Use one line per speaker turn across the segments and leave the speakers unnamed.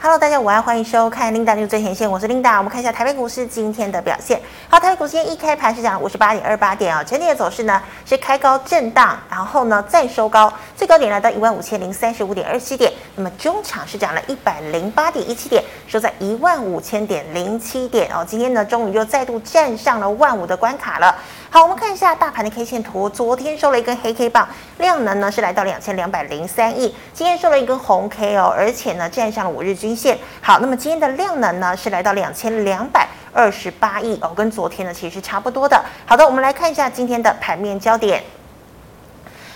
Hello，大家午安，欢迎收看 Linda News 最前线，我是 Linda。我们看一下台北股市今天的表现。好，台北股市今天一开盘是涨五十八点二八点哦，整体的走势呢是开高震荡，然后呢再收高，最高点来到一万五千零三十五点二七点，那么中场是涨了一百零八点一七点，收在一万五千点零七点哦。今天呢终于又再度站上了万五的关卡了。好，我们看一下大盘的 K 线图，昨天收了一根黑 K 棒，量能呢是来到两千两百零三亿，今天收了一根红 K 哦，而且呢站上了五日均线。好，那么今天的量能呢是来到两千两百。二十八亿哦，跟昨天呢其实是差不多的。好的，我们来看一下今天的盘面焦点。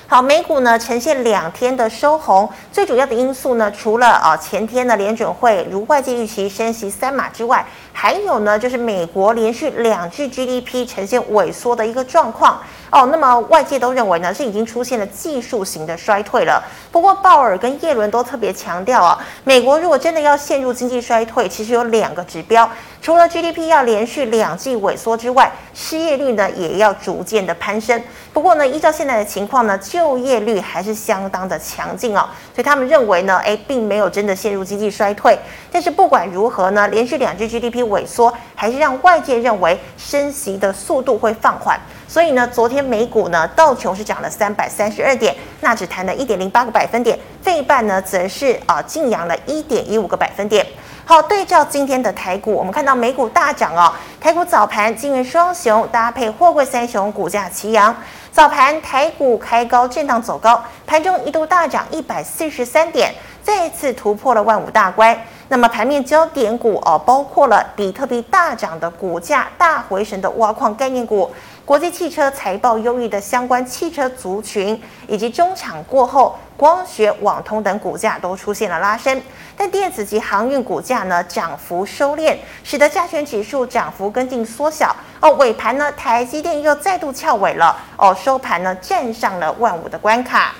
好，美股呢呈现两天的收红，最主要的因素呢，除了啊前天的联准会如外界预期升息三码之外，还有呢就是美国连续两季 GDP 呈现萎缩的一个状况哦。那么外界都认为呢是已经出现了技术型的衰退了。不过鲍尔跟耶伦都特别强调啊，美国如果真的要陷入经济衰退，其实有两个指标，除了 GDP 要连续两季萎缩之外，失业率呢也要逐渐的攀升。不过呢，依照现在的情况呢，就业率还是相当的强劲哦，所以他们认为呢，哎，并没有真的陷入经济衰退。但是不管如何呢，连续两只 GDP 萎缩，还是让外界认为升息的速度会放缓。所以呢，昨天美股呢，道琼是涨了三百三十二点，纳指弹了一点零八个百分点，费半呢则是啊、呃、净扬了一点一五个百分点。好，对照今天的台股，我们看到美股大涨哦，台股早盘金元双雄搭配货柜三雄，股价齐扬。早盘台股开高震荡走高，盘中一度大涨一百四十三点，再次突破了万五大关。那么盘面焦点股哦，包括了比特币大涨的股价大回神的挖矿概念股，国际汽车财报优异的相关汽车族群，以及中场过后光学、网通等股价都出现了拉升。但电子及航运股价呢涨幅收敛，使得加权指数涨幅跟进缩小。哦，尾盘呢，台积电又再度翘尾了。哦，收盘呢，站上了万五的关卡。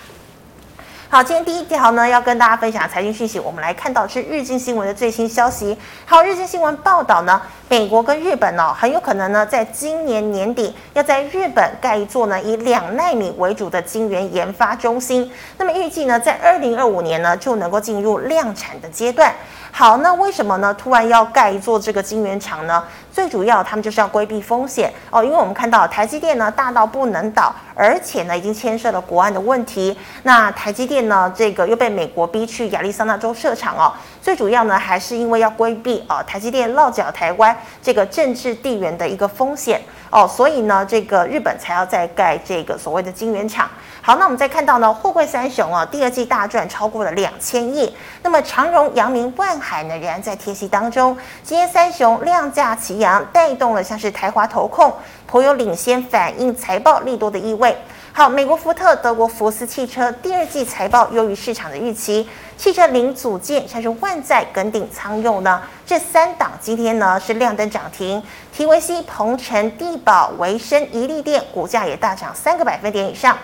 好，今天第一条呢，要跟大家分享财经讯息。我们来看到是日经新闻的最新消息。好，日经新闻报道呢，美国跟日本哦，很有可能呢，在今年年底要在日本盖一座呢以两纳米为主的晶圆研发中心。那么预计呢，在二零二五年呢，就能够进入量产的阶段。好，那为什么呢？突然要盖一座这个晶圆厂呢？最主要，他们就是要规避风险哦，因为我们看到台积电呢大到不能倒，而且呢已经牵涉了国安的问题。那台积电呢，这个又被美国逼去亚利桑那州设厂哦，最主要呢还是因为要规避哦台积电落脚台湾这个政治地缘的一个风险哦，所以呢这个日本才要再盖这个所谓的晶圆厂。好，那我们再看到呢，货柜三雄哦，第二季大赚超过了两千亿。那么长荣、阳明、万海呢，仍然在贴息当中。今天三雄量价齐扬。带动了像是台华投控颇有领先反映财报利多的意味。好，美国福特、德国福斯汽车第二季财报优于市场的预期，汽车零组件像是万载、耿鼎、苍佑呢，这三档今天呢是亮灯涨停。提维西、鹏程、地保、维生、一利电股价也大涨三个百分点以上。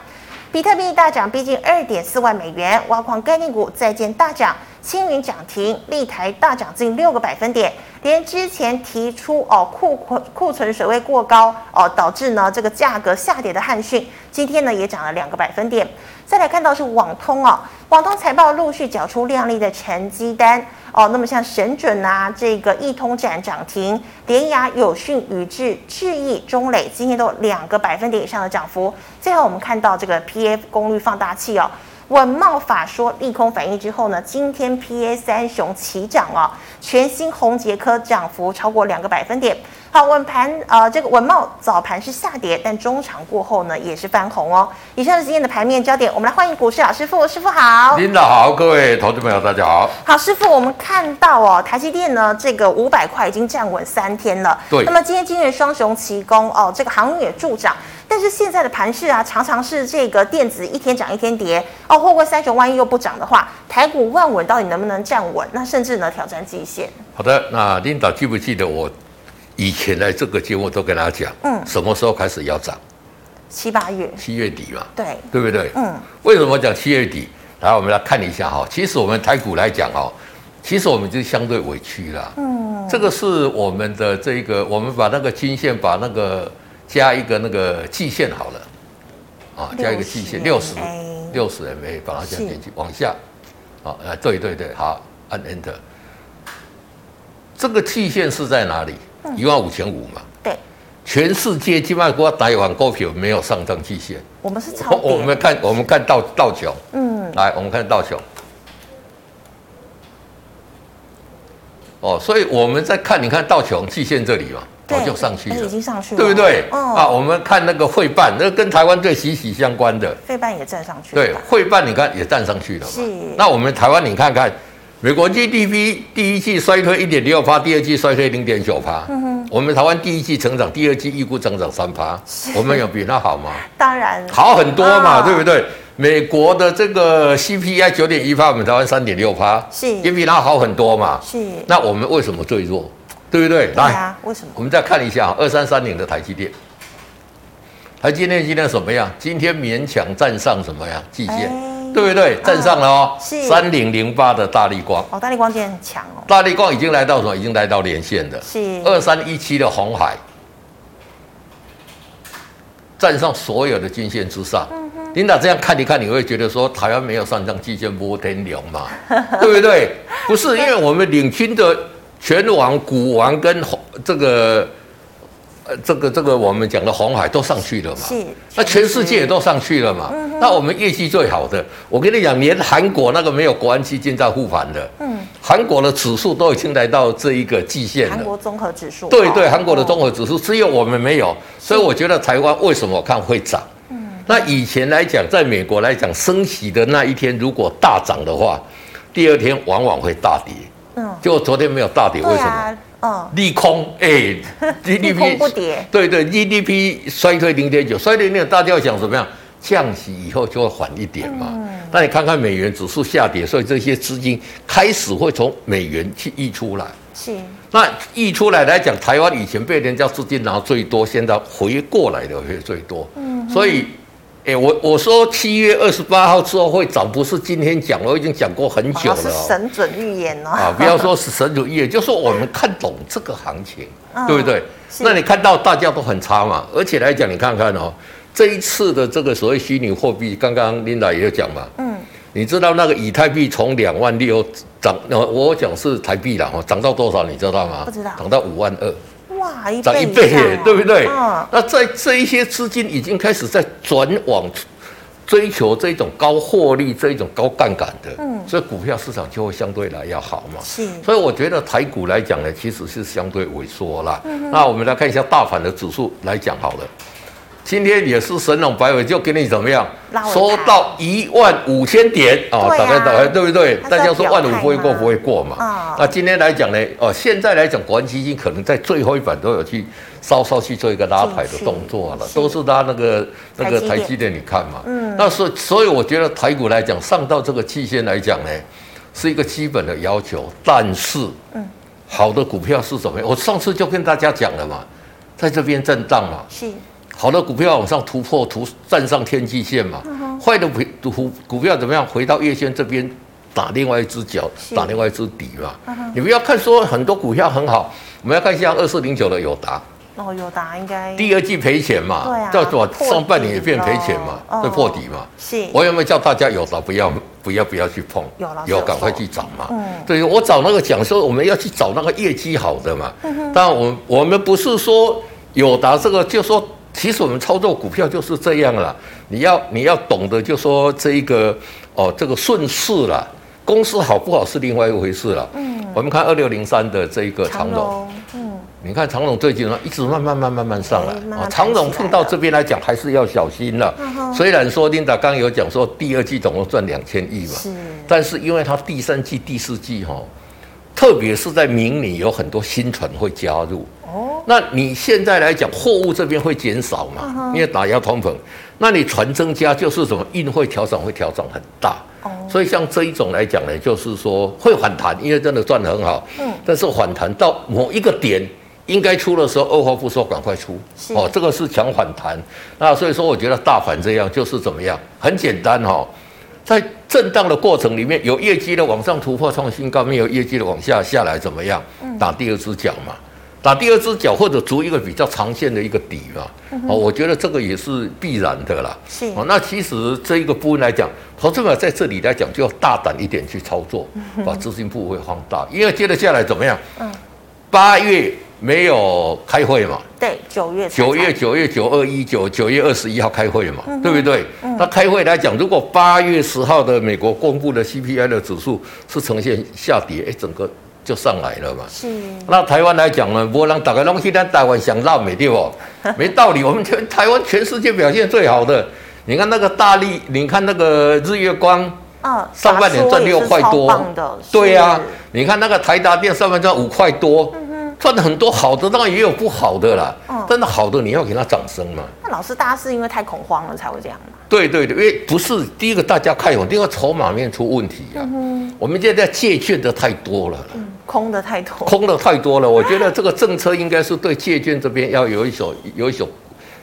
比特币大涨逼近二点四万美元，挖矿概念股再见大涨，青云涨停，立台大涨近六个百分点，连之前提出哦库存库存水位过高哦导致呢这个价格下跌的汉讯，今天呢也涨了两个百分点。再来看到是网通哦，网通财报陆续缴出亮丽的成绩单。哦，那么像神准啊，这个易通展涨停，联雅、友讯、宇智、智易、中磊今天都有两个百分点以上的涨幅。最后我们看到这个 PF 功率放大器哦，稳茂法说利空反应之后呢，今天 PA 三雄齐涨哦，全新红杰科涨幅超过两个百分点。好，稳盘呃，这个稳茂早盘是下跌，但中场过后呢也是翻红哦。以上是今天的盘面焦点，我们来欢迎股市老师傅，师傅好。
领导好，各位投资朋友大家好。
好，师傅，我们看到哦，台积电呢，这个五百块已经站稳三天了。
对
那么今天今日双雄齐攻哦，这个航运也助涨，但是现在的盘势啊，常常是这个电子一天涨一天跌哦，货柜三雄万一又不涨的话，台股万稳到底能不能站稳？那甚至呢挑战极限？
好的，那领导记不记得我以前来这个节目都跟大家讲，
嗯
什么时候开始要涨？
七八月，
七月底嘛，
对，
对不对？
嗯，
为什么讲七月底？来，我们来看一下哈。其实我们台股来讲哦，其实我们就相对委屈啦。嗯，这个是我们的这个，我们把那个均线，把那个加一个那个季线好了，啊，加一个季线六十
MA
六十 MA，把它加进去，往下。啊，呃，对对对，好，按 Enter。这个季线是在哪里？一万五千五嘛。
对，
全世界金曼国台湾股票没有上涨季线。
我们是超
我我
跌，
们看我们看道道琼，
嗯，
来我们看道琼。哦，所以我们在看，你看道琼季线这里嘛，早哦就上去
哎已
了，
经上去了，
对不对？啊，
哦，
我们看那个汇办，那跟台湾最息息相关的。
费半也站上去了，
对，汇办你看也站上去了嘛
是。
那我们台湾你看看，美国 GDP 第一季衰退一点六趴，第二季衰退零点九趴。
嗯
我们台湾第一季成长，第二季预估成长三趴，我们有比它好吗？
当然
好很多嘛，
啊
对不对？美国的这个 CPI 九点一趴，我们台湾三点六趴，
是
也比它好很多嘛。
是，
那我们为什么最弱？对不对？
对
来，
啊，为什么？
我们再看一下二三三零的台积电，台积电今天怎么样？今天勉强站上怎么样？季线，
哎
对不对？站上了哦，
是
三零零八的大力光，
哦，大力光今天很强哦，
大力光已经来到什么？已经来到连线的
是
二三一七的红海，站上所有的均线之上。琳达这样看一看，你会觉得说台湾没有上涨季线摸天龙嘛，对不对？不是，因为我们领军的拳王、股王跟红这个呃这个这个我们讲的红海都上去了嘛，
是
那全世界也都上去了嘛。那我们业绩最好的，我跟你讲，连韩国那个没有国安基金在护盘的，
嗯，
韩国的指数都已经来到这一个季线
韩
了。
国综合指数，
对
哦
对，韩国的综合指数只有我们没有，所以我觉得台湾为什么我看会涨？
嗯
那以前来讲，在美国来讲，升息的那一天如果大涨的话，第二天往往会大跌。
嗯，
结果昨天没有大跌，为
对
什么？
啊，嗯，
利空 哎
利空不跌
对对，GDP 衰退零点九，衰退零点，大家要想怎么样？降息以后就会缓一点嘛。
嗯
那你看看美元指数下跌，所以这些资金开始会从美元去溢出来。
是
那溢出来来讲，台湾以前被人家资金拿最多，现在回过来的会最多。嗯，所以，哎、我我说七月二十八号之后会涨，不是今天讲，我已经讲过很久
好像
了
是
哦、
神准预言哦，
啊，不要说是神主业，就说我们看懂这个行情，
嗯
对不对？
是
那你看到大家都很差嘛，而且来讲，你看看哦，这一次的这个所谓虚拟货币，刚刚 Linda 也有讲嘛，
嗯，
你知道那个以太币从两万六涨，呃我讲是台币啦，哦，涨到多少你知道吗？
不知道
涨到五万二，
哇，一
涨
倍
一倍
以上
耶
哦，
对不对？
嗯，
那在这一些资金已经开始在转往追求这种高获利、这种高杠杆的，
嗯
所以股票市场就会相对来要好嘛。
是
所以我觉得台股来讲呢，其实是相对萎缩啦。
嗯
那我们来看一下大盘的指数来讲好了，今天也是神龙摆尾，就给你怎么样
拉，尾
收
盘
到一万五千点啊
对啊
大概大概对不对？
它是
大
要啊
家说
表
万五
态
不会过，
吗
不会过嘛。
啊
那今天来讲呢，哦，现在来讲，国安基金可能在最后一版都有去稍稍去做一个拉抬的动作了
进，去
都是拉那个那个
台
台
积
积电，你看嘛。嗯。那所以所以我觉得台股来讲，上到这个期限来讲呢，是一个基本的要求，但是，嗯，好的股票是怎么样？我上次就跟大家讲了嘛，在这边震荡嘛，
是
好的股票往上突破，突站上天际线嘛。坏的股股股票怎么样？回到月线这边打另外一只脚
是，
打另外一只底嘛。你不要看说很多股票很好，我们要看像二四零九的友达，
哦，友达应该
第二季赔钱嘛，
对啊
叫什么
破底
上半年也变赔钱嘛，
了嗯
对，破底嘛。
是
我有没有叫大家友达不要不要不要去碰？
有老师
有
有
赶快
说
去找嘛。
嗯
对，我找那个讲说我们要去找那个业绩好的嘛。
嗯
当然，我们我们不是说友达这个，就说其实我们操作股票就是这样啦。你要你要懂得就说这一个哦，这个顺势啦。公司好不好是另外一回事了。嗯，我们看二六零三的这一个长
长
荣，
荣，嗯，
你看长荣最近呢啊一直慢慢慢慢慢上来
哎慢慢嗯
啊，
弹
长荣
起来
碰到
了
这边来讲还是要小心了。虽然说 Linda 刚有讲说第二季总共赚两千亿嘛，
是
但是因为它第三季、第四季哈、特别是在明年有很多新船会加入。
哦，嗯
那你现在来讲，货物这边会减少嘛？因为打压通膨，那你船增加就是什么运会调整会调整很大。
哦
所以像这一种来讲呢，就是说会反弹，因为真的赚得很好。
嗯
但是反弹到某一个点。应该出的时候，二话不说，赶快出
是
哦，这个是强反弹。那所以说，我觉得大盘这样就是怎么样，很简单哈、哦，在震荡的过程里面，有业绩的往上突破创新高，没有业绩的往下下来怎么样？
嗯
打第二只脚嘛。打第二只脚或者足一个比较长线的一个底嘛，哦，我觉得这个也是必然的啦。
嗯是
哦，那其实这一个部分来讲，投资者在这里来讲就要大胆一点去操作，把资金部位放大，因为接着下来怎么样？
嗯嗯，
八月没有开会嘛，
对，九月才
九月、
开
九月、九二一九、九月二十一号开会嘛，对不对？那开会来讲，如果八月十号的美国公布的 CPI 的指数是呈现下跌，哎，整个就上来了嘛。
是
那台湾来讲呢，波浪打开东西，但台湾想烂美对不？没道理，我们全台湾全世界表现最好的，你看那个大力，你看那个日月光，
嗯，
上半年赚六块
法说也是超
多
棒的，，
对啊呀、
是
你看那个台达电上半年赚五块多，赚了很多好的，当然也有不好的啦
嗯。
但是好的你要给他掌声嘛。
那老师，大家是因为太恐慌了才会这样嘛？
对对对，因为不是第一个大家看有，第二个筹码面出问题
嗯
啊。我们现在借券的太多了啦，
空的太多，
空的太多了。我觉得这个政策应该是对借券这边要有一手有一手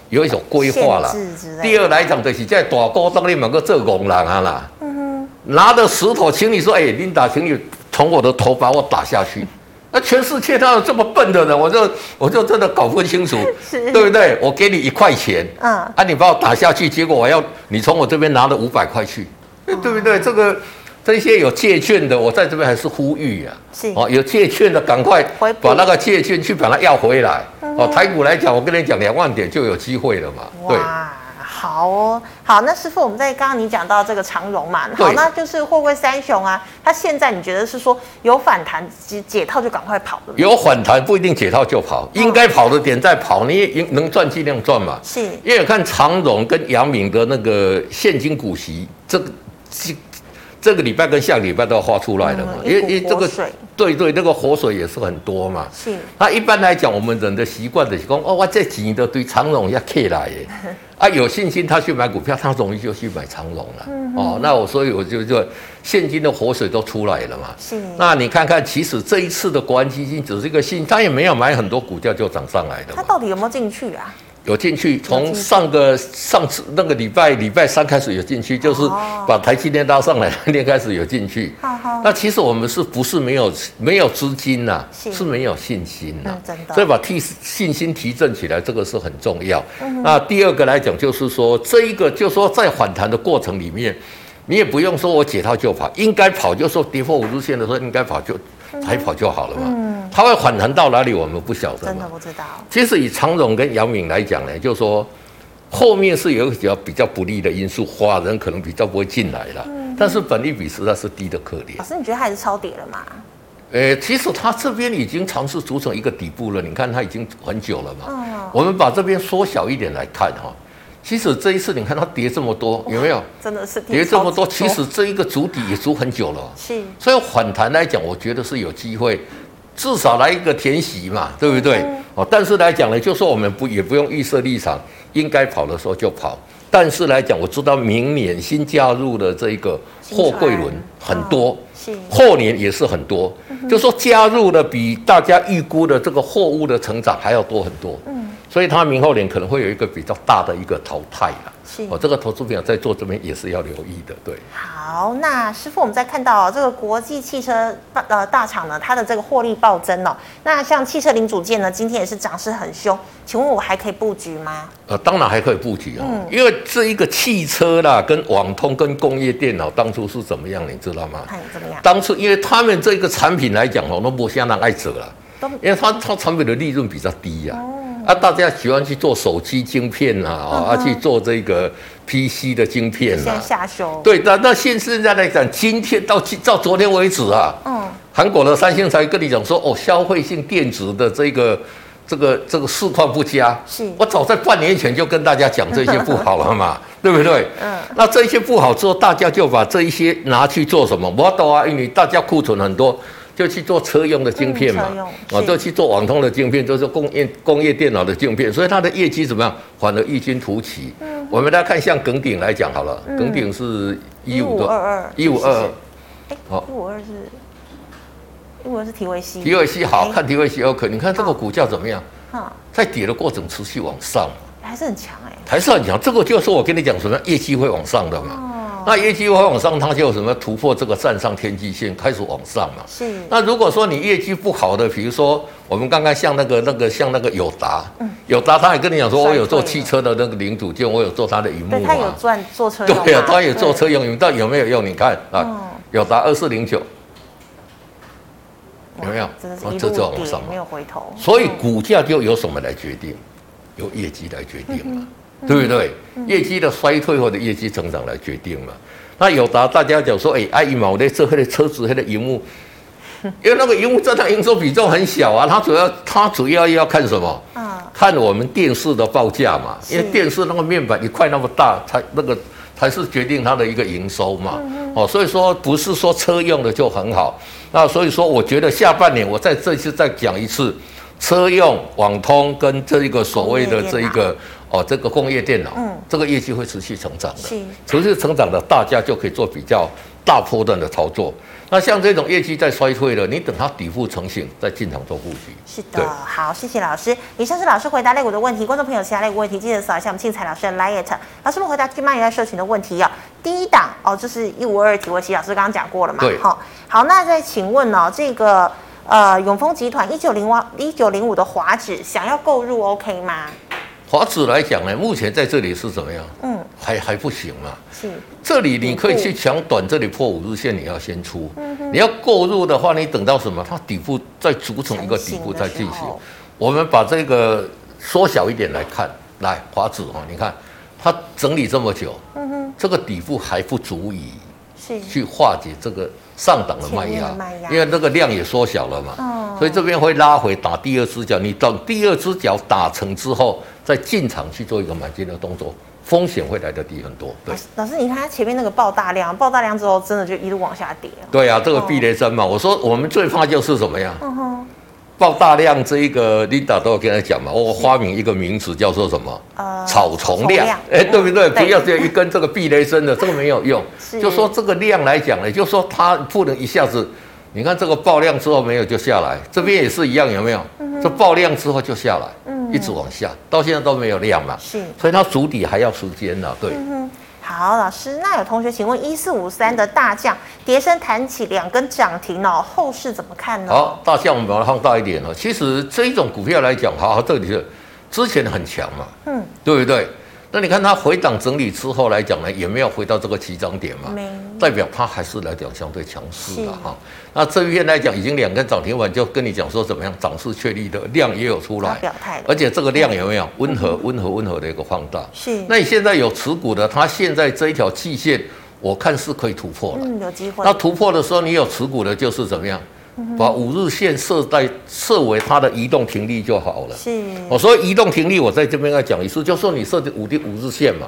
有一手规划啦。
限制之类的。
第二来讲，就是在大股东你们个做工人啊啦，
嗯
拿着石头，请你说，哎、琳达，请你从我的头把我打下去。 那全世界哪有这么笨的人？我就我就真的搞不清楚，
是
对不对？我给你一块钱，
嗯
啊，你把我打下去，结果我要你从我这边拿了五百块去，
哦
对不对？这个这些有借券的，我在这边还是呼吁啊，
是
哦，有借券的赶快
回补嗯
把那个借券去把它要回来。哦，台股来讲，我跟你讲，两万点就有机会了嘛，对。
哇，好哦，好，那师傅，我们在刚刚你讲到这个长荣嘛，好，
对
那就是货柜三雄啊，它现在你觉得是说有反弹解解套就赶快跑了，
有反弹不一定解套就
哦
跑，应该跑的点再跑，你也能赚尽量赚嘛。
是
因为看长荣跟阳明的那个现金股息，这个这这个礼拜跟下个礼拜都要花出来的嘛，
嗯
因为
一股
因为这
活
个
水
对对，那个活水也是很多嘛。
是
那一般来讲，我们人的习惯的是讲，哦，我这几年都对长荣要 K 来耶，啊，有信心他去买股票，他容易就去买长荣了。
嗯
哦，那我所以我就就现金的活水都出来了嘛。
是
那你看看，其实这一次的国安基金只是一个信，他也没有买很多股票就涨上来的
它
嘛。
到底有没有进去啊？
有进去，从上个上次那个礼拜礼拜三开始有进去，就是
哦
把台积电拉上来，那天开始有进去。
哈哈，
那其实我们是不是没有没有资金呐、
是
是没有信心呐、
嗯真的
所以把提信心提振起来，这个是很重要。
嗯
那第二个来讲，就是说这一个，就是说在反弹的过程里面，你也不用说我解套就跑，应该跑就说跌破五日线的时候应该跑就
嗯
才跑就好了嘛。它会反弹到哪里我们不晓得
真的
嘛。
不知道，
其实以长荣跟杨敏来讲呢，就是说后面是有一个比较比较不利的因素，华人可能比较不会进来了，
嗯
但是本利比实在是低的可怜
老。师你觉得它还是超跌了嘛？
呃，其实它这边已经尝试组成一个底部了，你看它已经很久了嘛。
嗯
我们把这边缩小一点来看哈、其实这一次你看它跌这么多，有没有？
真的是
跌这么多，
超级
其实这一个主底也足很久了。
是
所以反弹来讲，我觉得是有机会，至少来一个填息嘛，对不对？哦，但是来讲呢，就说我们不也不用预设立场，应该跑的时候就跑。但是来讲，我知道明年新加入的这个货柜轮
新船
很多，
是
后年也是很多，就说加入了比大家预估的这个货物的成长还要多很多。嗯，所以它明后年可能会有一个比较大的一个淘汰啦。
是
哦，这个投资朋友在做这边也是要留意的，对。
好，那师傅，我们再看到、这个国际汽车大呃大厂呢，它的这个获利暴增哦。那像汽车零组件呢，今天也是涨势很凶，请问我还可以布局吗？
呃，当然还可以布局哦，因为这一个汽车啦，跟网通、跟工业电脑当初是怎么样，你知道吗？
看你怎么样？
当初因为他们这个产品来讲哦，那不相当爱折了，
都
因为它它产品的利润比较低呀、啊，大家喜欢去做手机晶片啊，哦啊去做这个 PC 的晶片
现在
啊，
下修，
对，那那现现在来讲，今天到今到昨天为止啊，
嗯，
韩国的三星才跟你讲说，哦，消费性电子的这个这个这个市况不佳。
是
我早在半年前就跟大家讲这些不好了嘛， 对不对？
嗯。
那这些不好之后，大家就把这一些拿去做什么？我懂啊，因为大家库存很多。就去做车用的晶片嘛
嗯车用，
啊，
是
就去做网通的晶片，就是工业工业电脑的晶片，所以它的业绩怎么样，反而异军突起。
嗯
我们来看，像耿鼎来讲好了，耿鼎是一五多
1522
一五
是
二
是哎，
好
一五二是，一五二是提维西，
提尔西好
哎
看，提尔西 OK，你看这个股价怎么样？
哈、
在跌的过程持续往上，
嗯还是很强哎、
还是很强。这个就是我跟你讲什么业绩会往上的嘛。
哦，
那业绩会往上，它就有什么突破这个站上天际线，开始往上嘛。
是
那如果说你业绩不好的，比如说我们刚刚像那个那个像那个友达，
嗯
友达他也跟你讲说，
衰退
我
了
有做汽车的那个零组件，我有做它的荧幕
对，它有
嘛，
赚坐车用嗯嘛，
对啊，他也做啊
对
车，有没有？
真的是
哦
一
这这
路
往
跌
上，嘛
没有回头。
所以股价就由什么来决定？由业绩来决定嘛，对不对？业绩的衰退或者业绩成长来决定嘛。那有达大家讲说，哎、阿姨嘛，我的这个车子，那个荧幕，因为那个荧幕占它营收比重很小啊，它主要它主要要看什么？
啊，
看我们电视的报价嘛，
是
因为电视那个面板一块那么大，才那个才是决定它的一个营收嘛。
嗯
哦，所以说不是说车用的就很好，那所以说我觉得下半年我再这次再讲一次，车用、网通跟这一个所谓的这一个哦这个工业电脑，
嗯
这个业绩会持续成长的。
是
持续成长的，大家就可以做比较大波段的操作。那像这种业绩在衰退了，你等它底部成型再进场做布局。
是
对
的，好，谢谢老师。以上是老师回答类股的问题，观众朋友其他类股问题记得扫一下我们庆财老师的 liet。老师们回答金妈也在社群的问题哦。第一档哦，就是一五二提问，其实老师刚刚讲过了嘛
对，
好、好，那再请问哦，这个呃永丰集团一九零五一九零五的华指想要购入 OK 吗？
华指来讲呢，目前在这里是怎么样？
嗯，
还还不行嘛。
是
这里你可以去抢短，这里破五日线你要先出。你要购入的话，你等到什么？它底部再组成一个底部再
成
进
型的时
行
候。
我们把这个缩小一点来看，来华指哦，你看它整理这么久，这个底部还不足以。
是
去化解这个上档的卖
前面
压
的卖，压
因为那个量也缩小了嘛，
哦
所以这边会拉回打第二只脚。你等第二只脚打成之后，再进场去做一个买进的动作，风险会来得低很多。对
老，师老师，你看它前面那个爆大量，爆大量之后，真的就一路往下跌了。
对啊，这个避雷针嘛，我说我们最怕就是怎么样，
哦嗯哼，
爆大量这一个 Linda 都有跟他讲嘛，我发明一个名词叫做什么？
呃，
草丛量，哎、对不对？不要只有一根这个避雷针的，这个没有 用
是。
就说这个量来讲呢，就说它不能一下子，你看这个爆量之后没有就下来，这边也是一样，有没有？这爆量之后就下来，
嗯
一直往下，到现在都没有量嘛，
是。
所以它主底还要时间呢、对。
好，老师，那有同学请问一四五三的大将叠升弹起两根涨停哦，后市怎么看呢？
好，大象我们把它放大一点了。其实这一种股票来讲，好，这里是之前很强嘛，
嗯，
对不对？那你看它回档整理之后来讲呢，也没有回到这个起涨点嘛
没，
代表它还是来讲相对强势
是
了哈。那这一边来讲，已经两根涨停板，就跟你讲说怎么样，涨势确立的量也有出
不要
来，
表态
而
了，
且这个量有没有温和、温和、温和的一个放大？
是，
那你现在有持股的，它现在这一条季线，我看是可以突破了。
嗯，有机会
那，突破的时嗯候，你有持股的，就是怎么样，把五日线设在设为它的移动停利就好了。
是，
我说移动停利，我在这边要讲一次，就说你设定五定五日线嘛，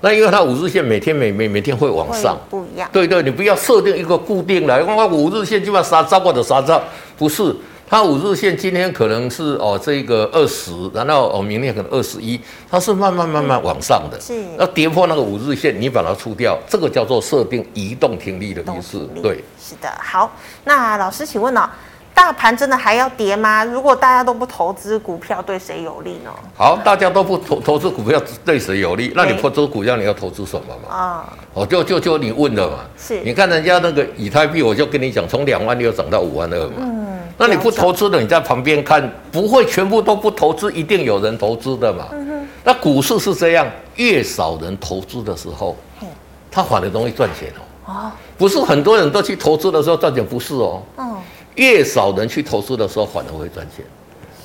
那因为它五日线每天每每每天会往
会
上，
不一样，
对对，你不要设定一个固定的，因为五日线基本上啥照或者啥照，不是。它五日线今天可能是哦这个二十，然后哦明天可能二十一，它是慢慢慢慢往上的。
是
要跌破那个五日线，你把它出掉，这个叫做设定移动停利的
动
意思
力。
对，，
是的。好，那老师请问哦，大盘真的还要跌吗？如果大家都不投资股票，对谁有利呢？
好，大家都不投投资股票对谁有利？那你
对
投资股票你要投资什么嘛？
啊、
哦，就就就你问的嘛，
是
你看人家那个以太币，我就跟你讲，从两万六涨到五万二嘛。
嗯，
那你不
了解
投资的，你在旁边看，不会全部都不投资，一定有人投资的嘛。
嗯
那股市是这样，越少人投资的时候
嘿，
他反而容易赚钱哦。
哦，
不是很多人都去投资的时候赚钱，不是哦。
嗯，
越少人去投资的时候，反而会赚钱。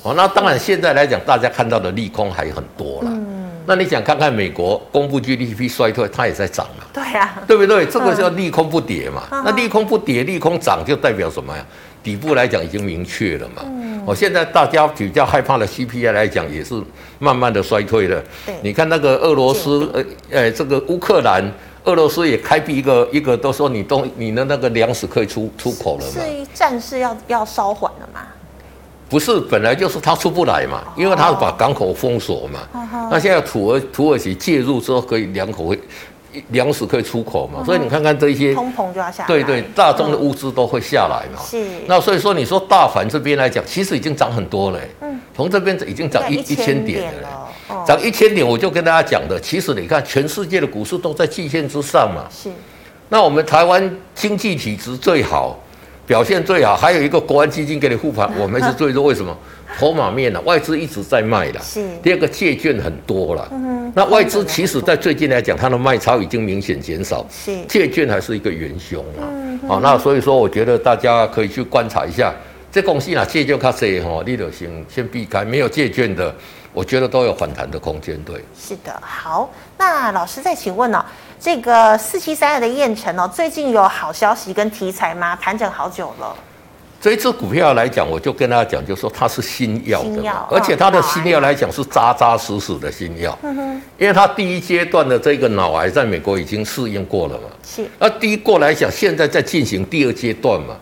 哦，那当然，现在来讲，大家看到的利空还很多啦。
嗯
那你想看看美国公布 GDP 衰退，它也在涨嘛。
对啊，
对不对？这个叫利空不跌嘛。
嗯
那利空不跌，利空涨就代表什么呀？底部来讲已经明确了嘛。
嗯
哦，现在大家比较害怕的 CPI 来讲也是慢慢的衰退了
对。
你看那个俄罗斯，呃呃，这个乌克兰，俄罗斯也开辟一个一个，都说你东你的那个粮食可以出出口了嘛。
是战事要要稍缓了嘛？
不是，本来就是他出不来嘛，
哦
因为他把港口封锁嘛。
嗯
那现在土耳土耳其介入之后，可以两口会粮食可以出口嘛，所以你看看这些
嗯通膨就要下来，
对对，大众的物资都会下来嘛。
是
那所以说，你说大盘这边来讲，其实已经涨很多了、
嗯
嗯，从这边已经涨一
一
一千点了、欸
了，哦，
涨一千点，我就跟大家讲的，其实你看，全世界的股市都在季线之上嘛。
是
那我们台湾经济体质最好，表现最好，还有一个国安基金给你护盘，我们是最多。为什么？筹码面啊，外资一直在卖的。
是
第二个借券很多了。
嗯
那外资其实在最近来讲，它的卖超已经明显减少。
是嗯
哦借券还是一个元凶啊。好、那所以说，我觉得大家可以去观察一下这公司啊，借就卡谁吼，你就先先避开，没有借券的，我觉得都有反弹的空间，对。
是的，好，那老师再请问哦，这个四七三二的燕城哦，最近有好消息跟题材吗？盘整好久了，
这一只股票来讲，我就跟大家讲，就说它是新药的
新药
嘛，而且它的
嗯
新药来讲是扎扎实实的新药，因为它第一阶段的这个脑癌在美国已经试验过了嘛，
是
那第一过来讲，现在在进行第二阶段嘛。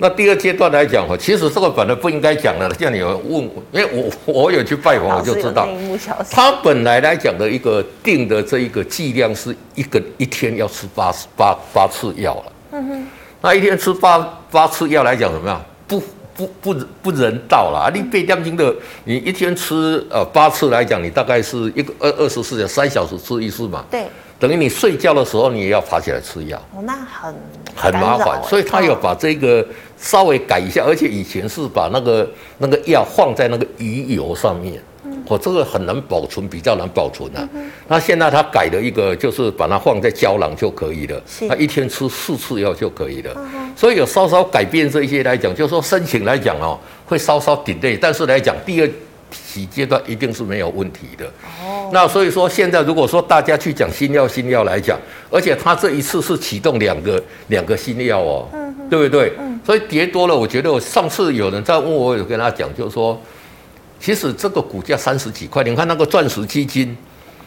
那第二阶段来讲，其实这个本来不应该讲的，叫你们问我，因为我我有去拜访，我
老师
就
有
知道
内，幕消息，
它本来来讲的一个定的这一个剂量是一个一天要吃八八八次药了。嗯哼，那一天吃八八次药来讲怎么样？不不不不人道啦！啊你被亮金的，你一天吃呃八次来讲，你大概是一个二二十四小三小时吃一次嘛，
对，
等于你睡觉的时候你也要爬起来吃药。
哦，那很欸嗯
很麻烦，所以他有
有
把这个稍微改一下，而且以前是把那个那个药放在那个鱼油上面，我、这个很难保存，比较难保存啊。那现在他改了一个，就是把它放在胶囊就可以了
是，
他一天吃四次药就可以了。所以有稍稍改变这一些来讲，就是说申请来讲哦，会稍稍 delay，但是来讲第二期阶段一定是没有问题的。那所以说，现在如果说大家去讲新药新药来讲，而且它这一次是启动两个两个新药哦，对不对？嗯所以跌多了，我觉得我上次有人在问我，有跟他讲，就是说，其实这个股价三十几块，你看那个钻石基金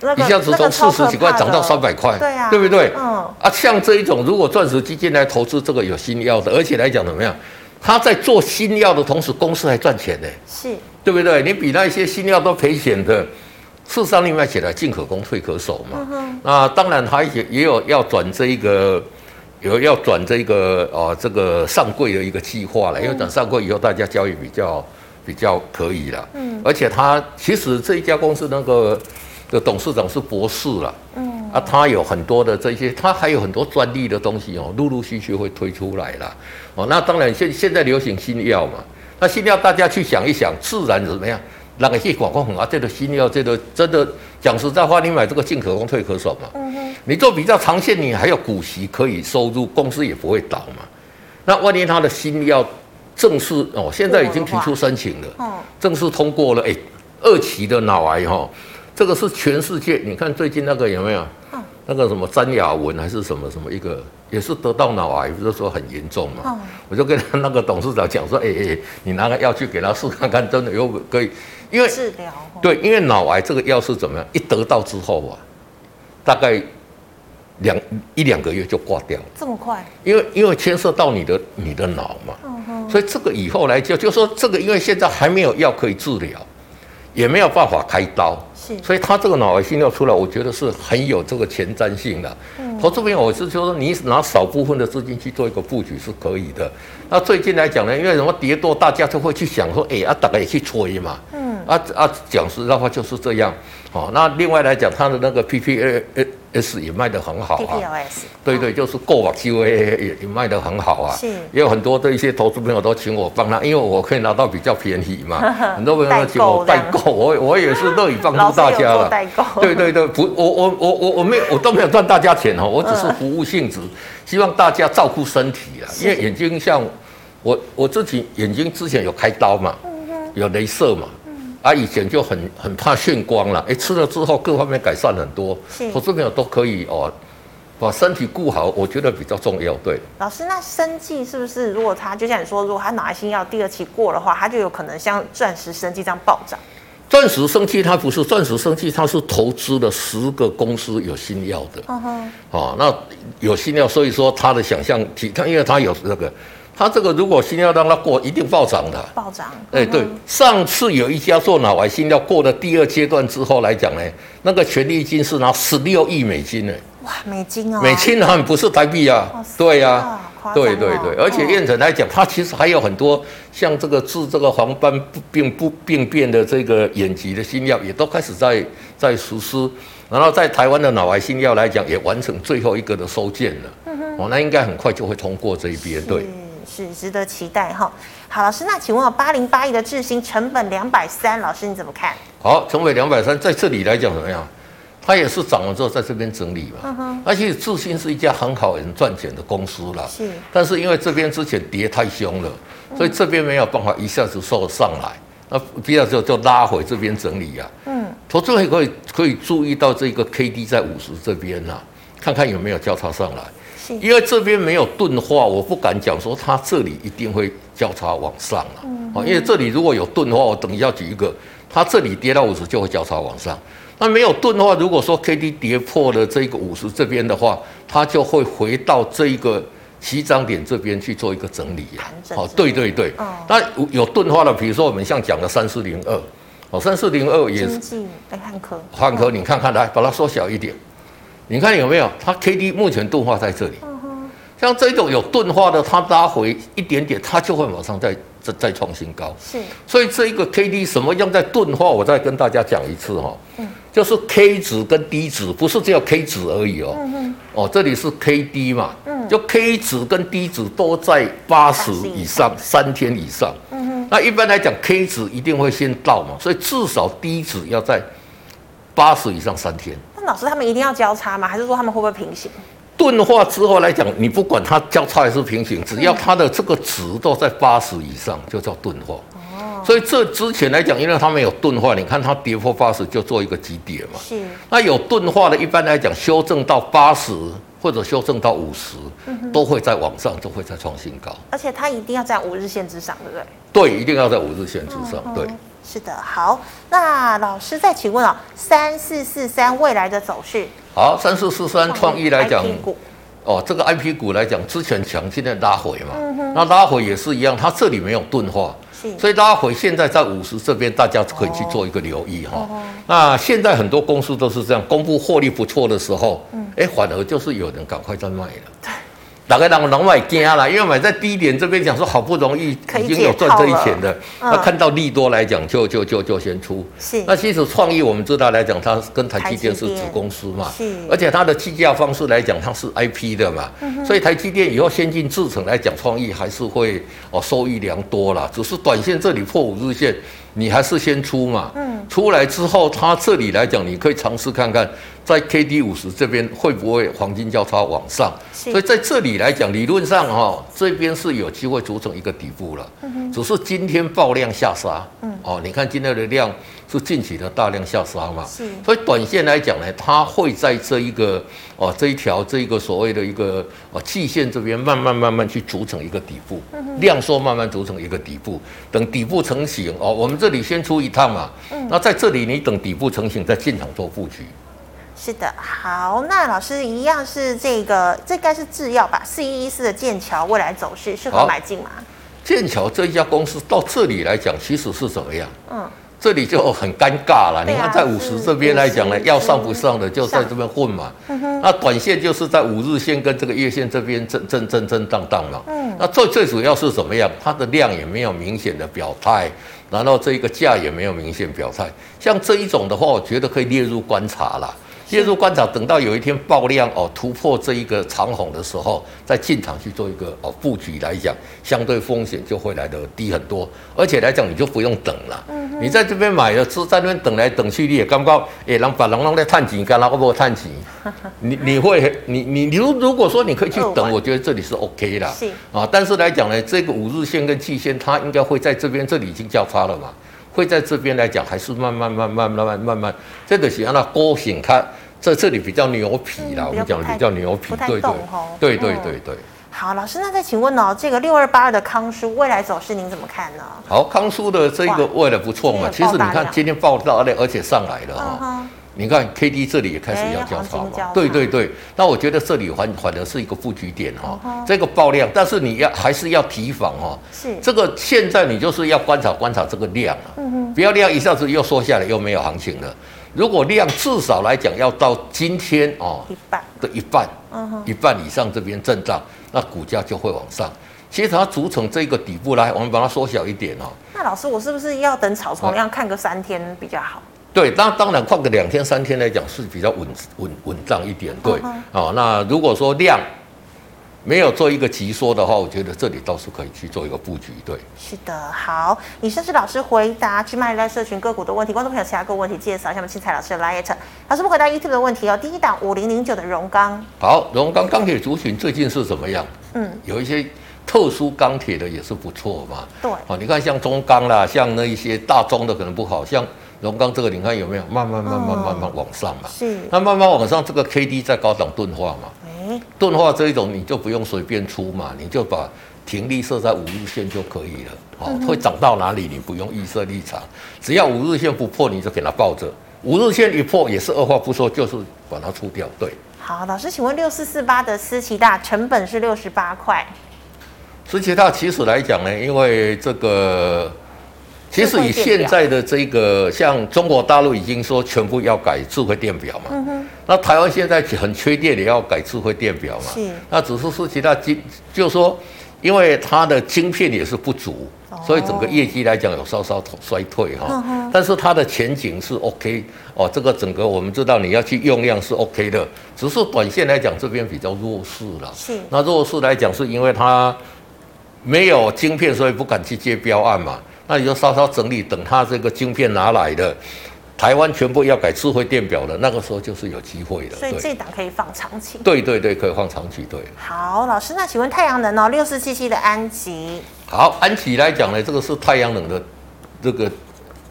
那个
一下子从四十几块涨到三，
那个超可怕
百
的
块，
对啊
哦对不对？
嗯，
啊，像这一种如果钻石基金来投资这个有新药的，而且来讲怎么样？他在做新药的同时，公司还赚钱呢。
是
对不对？你比那些新药都赔钱的，事实上你买起来进可攻退可守嘛。那当然还也也有要转这一个，有要转这个哦，这个上柜的一个计划了，因为等上柜以后大家交易比较比较可以了。嗯，而且他其实这一家公司那个的董事长是博士了。嗯，啊，他有很多的这些，他还有很多专利的东西哦，陆陆续续会推出来啦。哦，那当然现现在流行新药嘛，那新药大家去想一想，自然怎么样？那个去广告很啊，这个新药，这个真的讲实在话，你买这个进可攻退可守嘛。你做比较长线，你还有股息可以收入，公司也不会倒嘛。那万一他的新药正式哦，现在已经提出申请了，
嗯
正式通过了。哎，二期的脑癌哈、哦，这个是全世界，你看最近那个有没有？那个什么詹雅文还是什么什么一个，也是得到脑癌，不是说很严重嘛？
嗯
我就跟他那个董事长讲说，哎、哎、哎你拿个药去给他试看看，真的有可以，因为
治疗哦，
对，因为脑癌这个药是怎么样？一得到之后啊，大概两一两个月就挂掉了，
这么快，
因为因为牵涉到你的你的脑嘛，所以这个以后来就就说这个，因为现在还没有药可以治疗，也没有办法开刀，
是
所以他这个脑癌新药出来，我觉得是很有这个前瞻性的。投资朋友，我是说你拿少部分的资金去做一个布局是可以的。那最近来讲呢，因为什么跌多，大家就会去想说，哎、啊，大家也去吹嘛。嗯。啊啊，讲实在话就是这样。哦，那另外来讲，它的那个 PPS 也卖得很好啊。
TPLS
对对，就是过往 QA 也也卖得很好啊，
是
也有很多的一些投资朋友都请我帮他，因为我可以拿到比较便宜 嘛，很多朋友都请我代
代购
购，我我也是乐意帮
老
助
师有
大家
做
了。
代购，
对对对，不，我我我我我没有，我都没有赚大家钱哦，我只是服务性质，希望大家照顾身体啊，
嗯是
因为眼睛像我我自己眼睛之前有开刀嘛，
嗯
有镭射嘛。啊，以前就很很怕眩光了，哎，吃了之后各方面改善很多
是，
投资朋友都可以哦，把身体顾好，我觉得比较重要。对，
老师，那生计是不是如果他就像你说，如果他脑癌新药第二期过的话，他就有可能像钻石生计这样暴涨？
钻石生气它不是钻石生气，它是投资了十个公司有新药的。
嗯哼，
哦，那有新料，所以说他的想象体，他因为他有那个，他这个如果新料让它过，一定暴涨的。
暴涨。
哎，对，上次有一家做脑癌新料过了第二阶段之后来讲呢，那个权利金是拿十六亿美金呢，
哇，美金哦，
美金啊，不是台币啊
哇塞，
对呀、
好夸张哦
对对对，而且
嗯
燕城来讲，它其实还有很多像这个治这个黄斑病不病变的这个眼疾的新药，也都开始在在实施。然后在台湾的脑癌新药来讲，也完成最后一个的收件了。哦，那应该很快就会通过这一边。对，
是是值得期待哈。好，老师，那请问哦，八零八亿的智新成本两百三，老师你怎么看？
好，成为两百三，在这里来讲怎么样？它也是涨完之后在这边整理嘛。
嗯哼，
而且智新是一家很好、很赚钱的公司啦。
是嗯
但是因为这边之前跌太凶了，所以这边没有办法一下子收上来，那比较就就拉回这边整理啊。
嗯，
投资人可以可以注意到这个 K D 在五十这边呐、看看有没有交叉上来。
是，
因为这边没有钝化，我不敢讲说它这里一定会交叉往上啊。
嗯
哦，因为这里如果有钝化，我等一下举一个，它这里跌到五十就会交叉往上。那没有钝化，如果说 K D 跌破了这个五十这边的话，它就会回到这一个起涨点这边去做一个整理啊
盘整。
哦，对对对
哦。
那有有钝化的，比如说我们像讲的三四零二，哦，三四零二也是
经济来看科，
换科，你看看来，把它缩小一点，你看有没有？它 K D 目前钝化在这里，像这种有钝化的，它拉回一点点，它就会马上再再再创新高。
是
所以这一个 K D 什么样在钝化，我再跟大家讲一次哈、哦
嗯，
就是 K 值跟 D 值，不是只有 K 值而已哦，哦，这里是 K D 嘛，就 K 值跟 D 值都在八十
80
以上，嗯三天以上，那一般来讲 K 值一定会先到嘛，所以至少 D 值要在八十以上三天。
那老师他们一定要交叉吗？还是说他们会不会平行？
钝化之后来讲，你不管它交叉还是平行，只要它的这个值都在八十以上，就叫钝化。所以这之前来讲，因为它没有钝化，你看它跌破八十就做一个急跌嘛。
是
那有钝化的，一般来讲修正到八十或者修正到五十，都会在往上，都会在创新高。
而且它一定要在五日线之上，对不对？
对，一定要在五日线之上。对，
是的。好，那老师再请问哦，三四四三未来的走势，
好，三四四三创意来讲，
股
哦，这个 I P 股来讲，之前强，现在拉回嘛，那拉回也是一样，它这里没有钝化，
是
所以拉回现在在五十这边，大家可以去做一个留意
哦
哈、那现在很多公司都是这样，公布获利不错的时候，
嗯
哎、反而就是有人赶快在卖了。大概让人买惊了，因为买在低点这边讲说好不容易
可以
已经有
解
赚
套
这一
了
钱的，
嗯
那看到利多来讲就就就就先出。
是
那其实创意我们知道来讲，它跟台积电是
台积
子
电
公司嘛，
是
而且它的计价方式来讲，它是 IP 的嘛，所以台积电以后先进制程来讲，创意还是会哦受益良多啦。只是短线这里破五日线，你还是先出嘛，嗯，出来之后，它这里来讲，你可以尝试看看，在 KD 五十这边会不会黄金交叉往上，
是
所以在这里来讲，理论上哈、哦这边是有机会组成一个底部了，只是今天爆量下杀，嗯，哦，你看今天的量是近期的大量下杀嘛，
是
所以短线来讲呢，它会在这一个哦这一条这一个所谓的一个哦季线这边慢慢慢慢去组成一个底部，量缩慢慢组成一个底部，等底部成型哦，我们这里先出一趟嘛，那在这里你等底部成型再进场做布局。
是的，好，那老师一样是这个，这该是制药吧？四一一四的剑桥未来走势适合
好
买进吗？
剑桥这一家公司到这里来讲，其实是怎么样？
嗯，
这里就很尴尬了。
对
你
啊
看，在五十这边来讲呢，
是嗯
要上不上的就在这边混嘛。那短线就是在五日线跟这个月线这边震震震震荡荡嘛。嗯。那最最主要是怎么样？它的量也没有明显的表态，然后这一个价也没有明显表态。像这一种的话，我觉得可以列入观察啦。列入观察，等到有一天爆量哦突破这一个长虹的时候，再进场去做一个哦布局来讲，相对风险就会来得低很多，而且来讲你就不用等了。你在这边买了，之在那边等来等去，你也感觉诶，人把人弄在探钱，干啦，我不探钱。你你会你你你如如果说你可以去
二万
等，我觉得这里是 OK 啦。
是
啊，但是来讲呢，这个五日线跟季线，它应该会在这边，这里已经交叉了嘛，会在这边来讲，还是慢慢慢慢慢慢慢慢，这个是让它勾醒它，在这里比较牛皮啦，
嗯
我们讲
比较不太
比较牛皮
不，太
对对
动哦
对对
嗯
对对。
好，老师，那再请问哦，这个六二八二的康舒未来走势您怎么看呢？
好，康叔的这个未来不错嘛，
今
其
天有
实你
爆大
看
量
今天爆大量，而且上来了哈、
嗯哼，
你看 K D 这里也开始
哎
要交叉
黄
嘛
金交叉，
对对对。那我觉得这里反反而是一个布局点哈、
嗯
这个爆量，但是你要还是要提防哈、
是
这个现在你就是要观察观察这个量啊，不要量一下子又缩下来，又没有行情了。如果量至少来讲要到今天哦
一半，
的一半，一半以上这边震荡，那股价就会往上。其实它组成这个底部来，我们把它缩小一点哦。
那老师，我是不是要等草丛一样看个三天比较好？
对，当当然放个两天三天来讲是比较稳稳稳当一点，对，哦，那如果说量没有做一个急缩的话，我觉得这里倒是可以去做一个布局，对。
是的，好，以上是老师回答去麦赖社群个股的问题，观众朋友其他个问题记得扫一下我们青彩老师的 liet，老师，我们回答 YouTube 的问题哦，第一档五零零九的荣钢，
好，荣钢钢铁族群最近是怎么样？
嗯，
有一些特殊钢铁的也是不错嘛。
对，
哦，你看像中钢啦，像那一些大中的可能不好，像荣钢这个，你看有没有慢慢慢慢慢慢往上嘛？
是，
那慢慢往上，这个 K D 在高档钝化嘛？
哎，
钝化这一种你就不用随便出嘛，你就把停利设在五日线就可以了。
嗯
哦，会涨到哪里你不用预设立场，只要五日线不破你就给它抱着，五日线一破也是二话不说就是把它出掉。对，
好，老师，请问六四四八的思琪大成本是六十八块，
实际它其实来讲呢，因为这个。其实以现在的这个，像中国大陆已经说全部要改智慧电表嘛，
嗯
那台湾现在很缺电，也要改智慧电表嘛。
是
那只是说其他晶，就是说，因为它的晶片也是不足，
哦
所以整个业绩来讲有稍稍衰退哈、
嗯
但是它的前景是 OK 哦，这个整个我们知道你要去用量是 OK 的，只是短线来讲这边比较弱势了。
是
那弱势来讲是因为它。没有晶片，所以不敢去接标案嘛。那你就稍稍整理，等它这个晶片拿来的，台湾全部要改智慧电表了，那个时候就是有机会的。
所以
呃对
这档可以放长期。
对对对，可以放长期对。
好，老师，那请问太阳能哦，六四七七的安吉，
好，安琪来讲呢，这个是太阳能的这个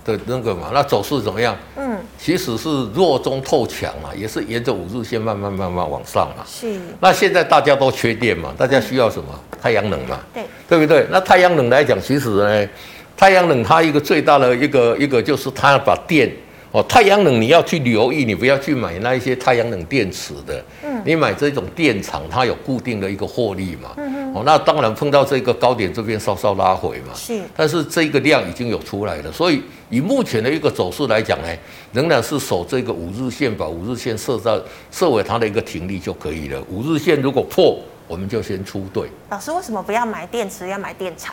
的那个嘛，那走势怎么样？
嗯，
其实是弱中透强嘛，也是沿着五日线慢慢慢慢往上啊嘛。
是，
那现在大家都缺电嘛，大家需要什么？太阳能嘛。
对，
对不对？那太阳能来讲，其实呢，太阳能它一个最大的一个一个就是它把电哦，太阳能你要去留意，你不要去买那一些太阳能电池的，嗯，你买这种电厂，它有固定的一个获利嘛，嗯哦，那当然碰到这个高点这边稍稍拉回嘛，
是
但是这个量已经有出来了，所以以目前的一个走势来讲呢，仍然是守这个五日线，把五日线设在设为它的一个停力就可以了。五日线如果破，我们就先出队。
老师为什么不要买电池，要买电厂？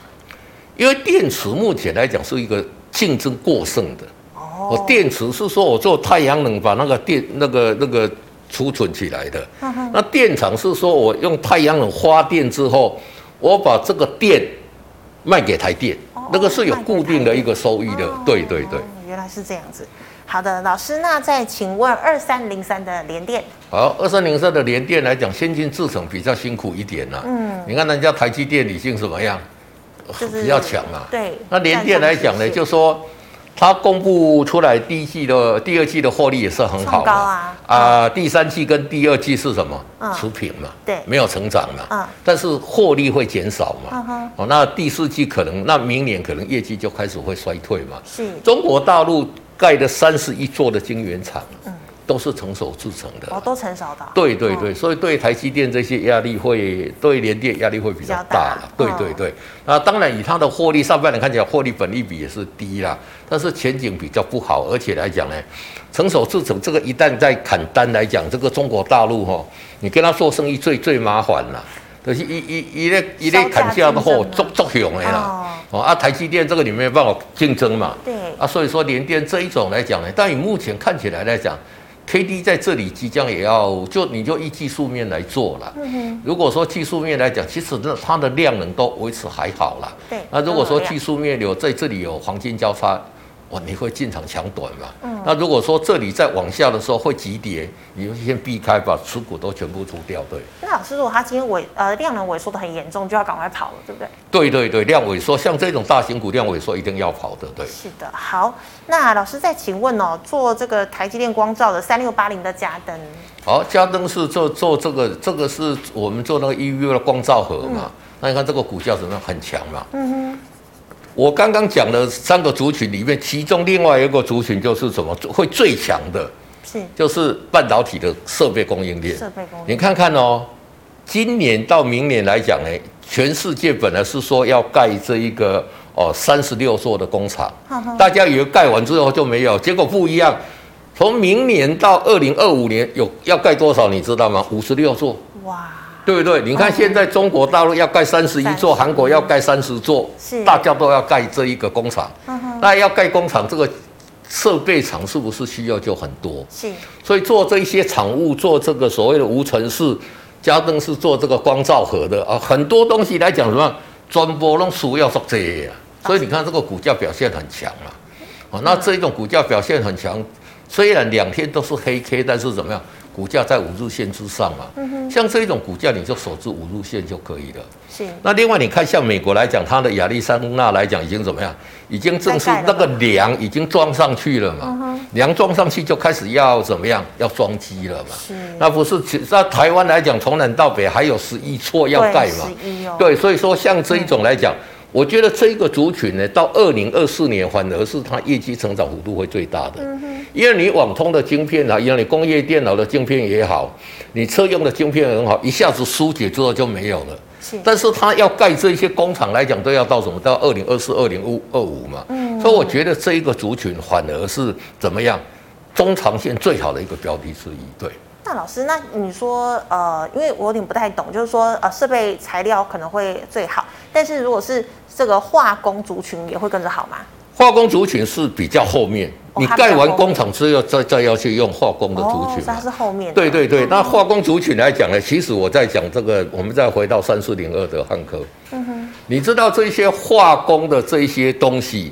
因为电池目前来讲是一个竞争过剩的。
哦，
我电池是说我做太阳能把那个电那个那个储存起来的，
嗯
那电厂是说我用太阳能发电之后，我把这个电卖给台电
哦，
那个是有固定的一个收益的
哦。
对对对，
原来是这样子。好的，老师，那再请问二三零三的联电，
好，二三零三的联电来讲，先进制程比较辛苦一点啦。
嗯，
你看人家台积电已经怎么样，
就是
比较强啊。
对，
那联电来讲呢，
占中
就
线
说它公布出来第一季的、第二季的获利也是很好
创高
嘛
啊
第三季跟第二季是什么？
嗯
持平嘛，
对
没有成长嘛，
嗯
但是获利会减少
嗯哼
嘛，哦，那第四季可能，那明年可能业绩就开始会衰退嘛。
是
中国大陆盖的三十一座的晶圆厂，都是成熟制成的
嗯哦，，都成熟的哦，
对对对，所以对台积电这些压力会，对联电压力会比较大哦了。
比
对
较大
对对，那当然以它的获利，上半年看起来获利本利比也是低啦，但是前景比较不好，而且来讲呢，成熟制成这个一旦在砍单来讲，这个中国大陆哈、哦，你跟他做生意最最麻烦啦。就是一一一类一类砍价的货，
销
足
价竞争啊
足熊的啦。哦啊，台积电这个你没有办法竞争嘛。
对
啊，所以说联电这一种来讲呢，但以目前看起来来讲，K D 在这里即将也要就你就以技术面来做了。如果说技术面来讲，其实那它的量能都维持还好啦。
对
那如果说技
术
术面有在这里有黄金交叉，哇，你会进场抢短嘛？那如果说这里再往下的时候会急跌，你就先避开，把持股都全部出掉，对。
那老师，如果他今天萎呃量能萎缩的很严重，就要赶快跑了，对不对？
对对对，量萎缩，像这种大型股量萎缩一定要跑的，对。
是的，好，那老师再请问哦，做这个台积电光照的三六八零的加灯，
好，嘉登是做做这个，这个是我们做那个 EUV 的光照盒嘛。那你看这个股价怎么样？很强嘛。嗯我刚刚讲的三个族群里面，其中另外一个族群就是什么会最强的，
是
就是半导体的设备供应链。
设备供应
你看看哦，今年到明年来讲呢，哎全世界本来是说要盖这一个哦三十六座的工厂，大家以为盖完之后就没有，结果不一样。从明年到二零二五年有要盖多少，你知道吗？五十六座，
哇，
对不对？你看现在中国大陆要盖三十一座，
31
韩国要盖三十座
是，
大家都要盖这一个工厂。那要盖工厂，这个设备厂是不是需要就很多？
是
所以做这一些厂务，做这个所谓的无尘室，嘉登是做这个光照盒的啊，很多东西来讲什么，专播弄输要做这哦些啊，所以你看这个股价表现很强啊，啊，那这一种股价表现很强，虽然两天都是黑 K，但是怎么样，股价在五日线之上嘛。像这一种股价，你就守住五日线就可以了。
是
那另外你看，像美国来讲，它的亚利桑那来讲已经怎么样？已经正式
大概了嗯
那
吧
个梁已经装上去了嘛，梁装上去就开始要怎么样？要装机了嘛。
是，
那不是其在台湾来讲，从南到北还有十一错要盖嘛。
十一哦，，嗯
对，所以说像这一种来讲，我觉得这一个族群呢，到二零二四年反而是它业绩成长幅度会最大的，
嗯
因为你网通的晶片啊，因为你工业电脑的晶片也好，你车用的晶片也很好，一下子疏解之后就没有了。
是
但是它要盖这些工厂来讲，都要到什么？到二零二四、二零二五嘛。
嗯
所以我觉得这一个族群反而是怎么样，中长线最好的一个标的之一。对。
那老师，那你说，呃，因为我有点不太懂，就是说，呃，设备材料可能会最好，但是如果是这个化工族群也会跟着好吗？
化工族群是比较后面，
哦
你
它比较
盖完
后面
工厂之后，再再要去用化工的族
哦
群，
它
嘛。
是后面的，
对对对，那化工族群来讲呢，其实我在讲这个，我们再回到三四零二的汉科，
嗯
你知道这些化工的这些东西，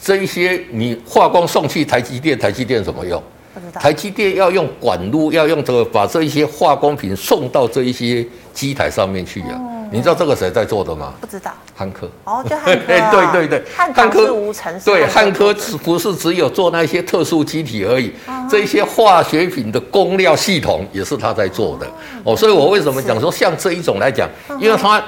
这一些你化工送去台积电，台积电怎么用？
不知道，
台积电要用管路，要用这个把这一些化工品送到这一些机台上面去啊。你知道这个谁在做的吗？
不知道，
汉科。
哦，就汉科啊，
对 对对，
汉唐是无尘，是
对汉
做
科
的
只不是只有做那些特殊机体而已，
啊
这些化学品的供料系统也是他在做的哦，所以我为什么讲说像这一种来讲，
嗯
因为它。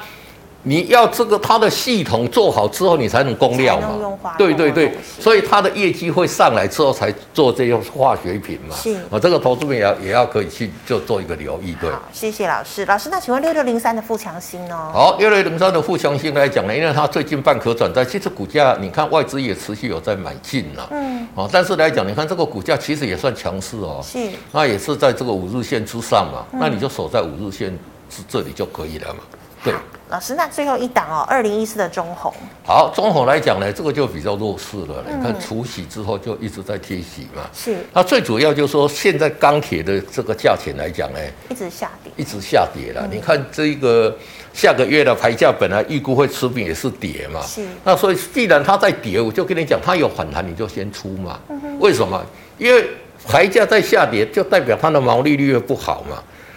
你要这个它的系统做好之后，你才能供料
才能用化工啊
嘛。对对对
的东，西
所以它的业绩会上来之后才做这些化学品嘛。
是
哦，这个投资人也要也要可以去就做一个留意，对。
好，谢谢老师。老师，那请问六六零三的富强哦新呢？
好，六六零三的富强新来讲呢，因为它最近半可转债，其实股价你看外资也持续有在买进了，嗯，哦，但是来讲，你看这个股价其实也算强势哦，
是
那也是在这个五日线之上嘛，那你就守在五日线这这里就可以了嘛，对。
老师，那最后一档哦，二零一四的中红，
好，中红来讲呢，这个就比较弱势了。你看除息之后就一直在贴息嘛，
是
那最主要就是说，现在钢铁的这个价钱来讲呢，
一直下跌，
一直下跌
嗯
了。你看这个下个月的牌价本来预估会持平，也是跌嘛。
是
那所以既然它在跌，我就跟你讲，它有反弹你就先出嘛。
嗯
为什么？因为牌价在下跌，就代表它的毛利率又不好嘛。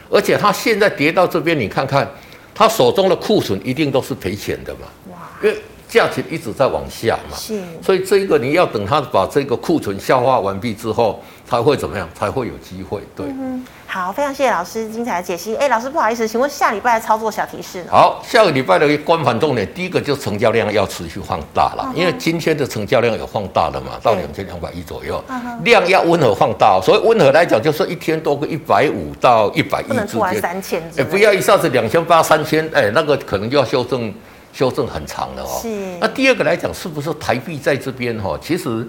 而且它现在跌到这边，你看看它手中的库存一定都是赔钱的嘛，
哇，
因为价钱一直在往下嘛。
是
所以这个你要等它把这个库存消化完毕之后，才会怎么样？才会有机会。对。
嗯好，非常谢谢老师精彩的解析。哎，老师不好意思，请问下礼拜的操作小提示呢？
好，下个礼拜的观盘重点，第一个就是成交量要持续放大了，因为今天的成交量有放大了嘛，到
嗯对嗯
两千两百亿左右，量要温和放大哦，所以温和来讲就是一天多个一百五到一百亿
不能
之
突然
间，
三千之类
哎，
的，
不要一下子两千八、三千，哎，那个可能就要修正修正很长了哦。
是
那第二个来讲，是不是台币在这边哈、哦？其实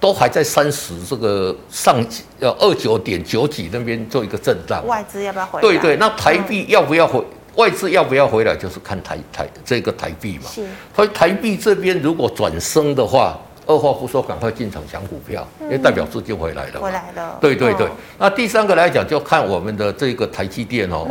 都还在三十这个上呃二九点九几那边做一个震荡。
外资要不要回来？嗯
对对，那台币要不要回？外资要不要回来，就是看台台这个台币嘛。
是
所以台币这边如果转升的话，二话不说，赶快进场抢股票，
嗯
因为代表资金回来了嘛。
回来了。
对对对，
嗯
那第三个来讲，就看我们的这个台积电哦，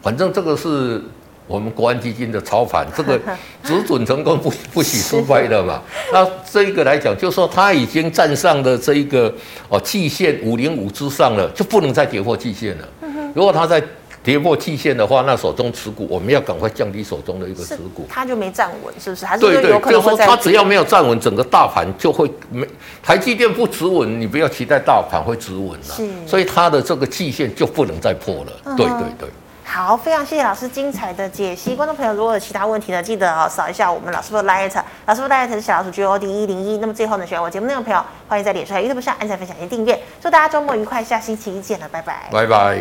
反正这个是我们国安基金的操盘，这个只准成功不不许失败的嘛。那这一个来讲，就说它已经站上了这一个哦季线五零五之上了，就不能再跌破季线了。如果它再跌破季线的话，那手中持股我们要赶快降低手中的一个持
是
股，。
它就没站稳，是不是？还是
对
就
对
有，可
就
能
是说
会再
它只要没有站稳，整个大盘就会没台积电不止稳，你不要期待大盘会止稳了、
是嗯
所以它的这个季线就不能再破了。对对对，
好，非常谢谢老师精彩的解析。观众朋友，如果有其他问题呢，记得哦扫一下我们老师傅的 Light，老师傅的 Light 是小老鼠 G O D 一零一。那么最后呢，喜欢我节目内容的朋友，欢迎在脸书、还有 YouTube 上按赞、分享及订阅。祝大家周末愉快，下星期一见了，拜拜。
拜拜。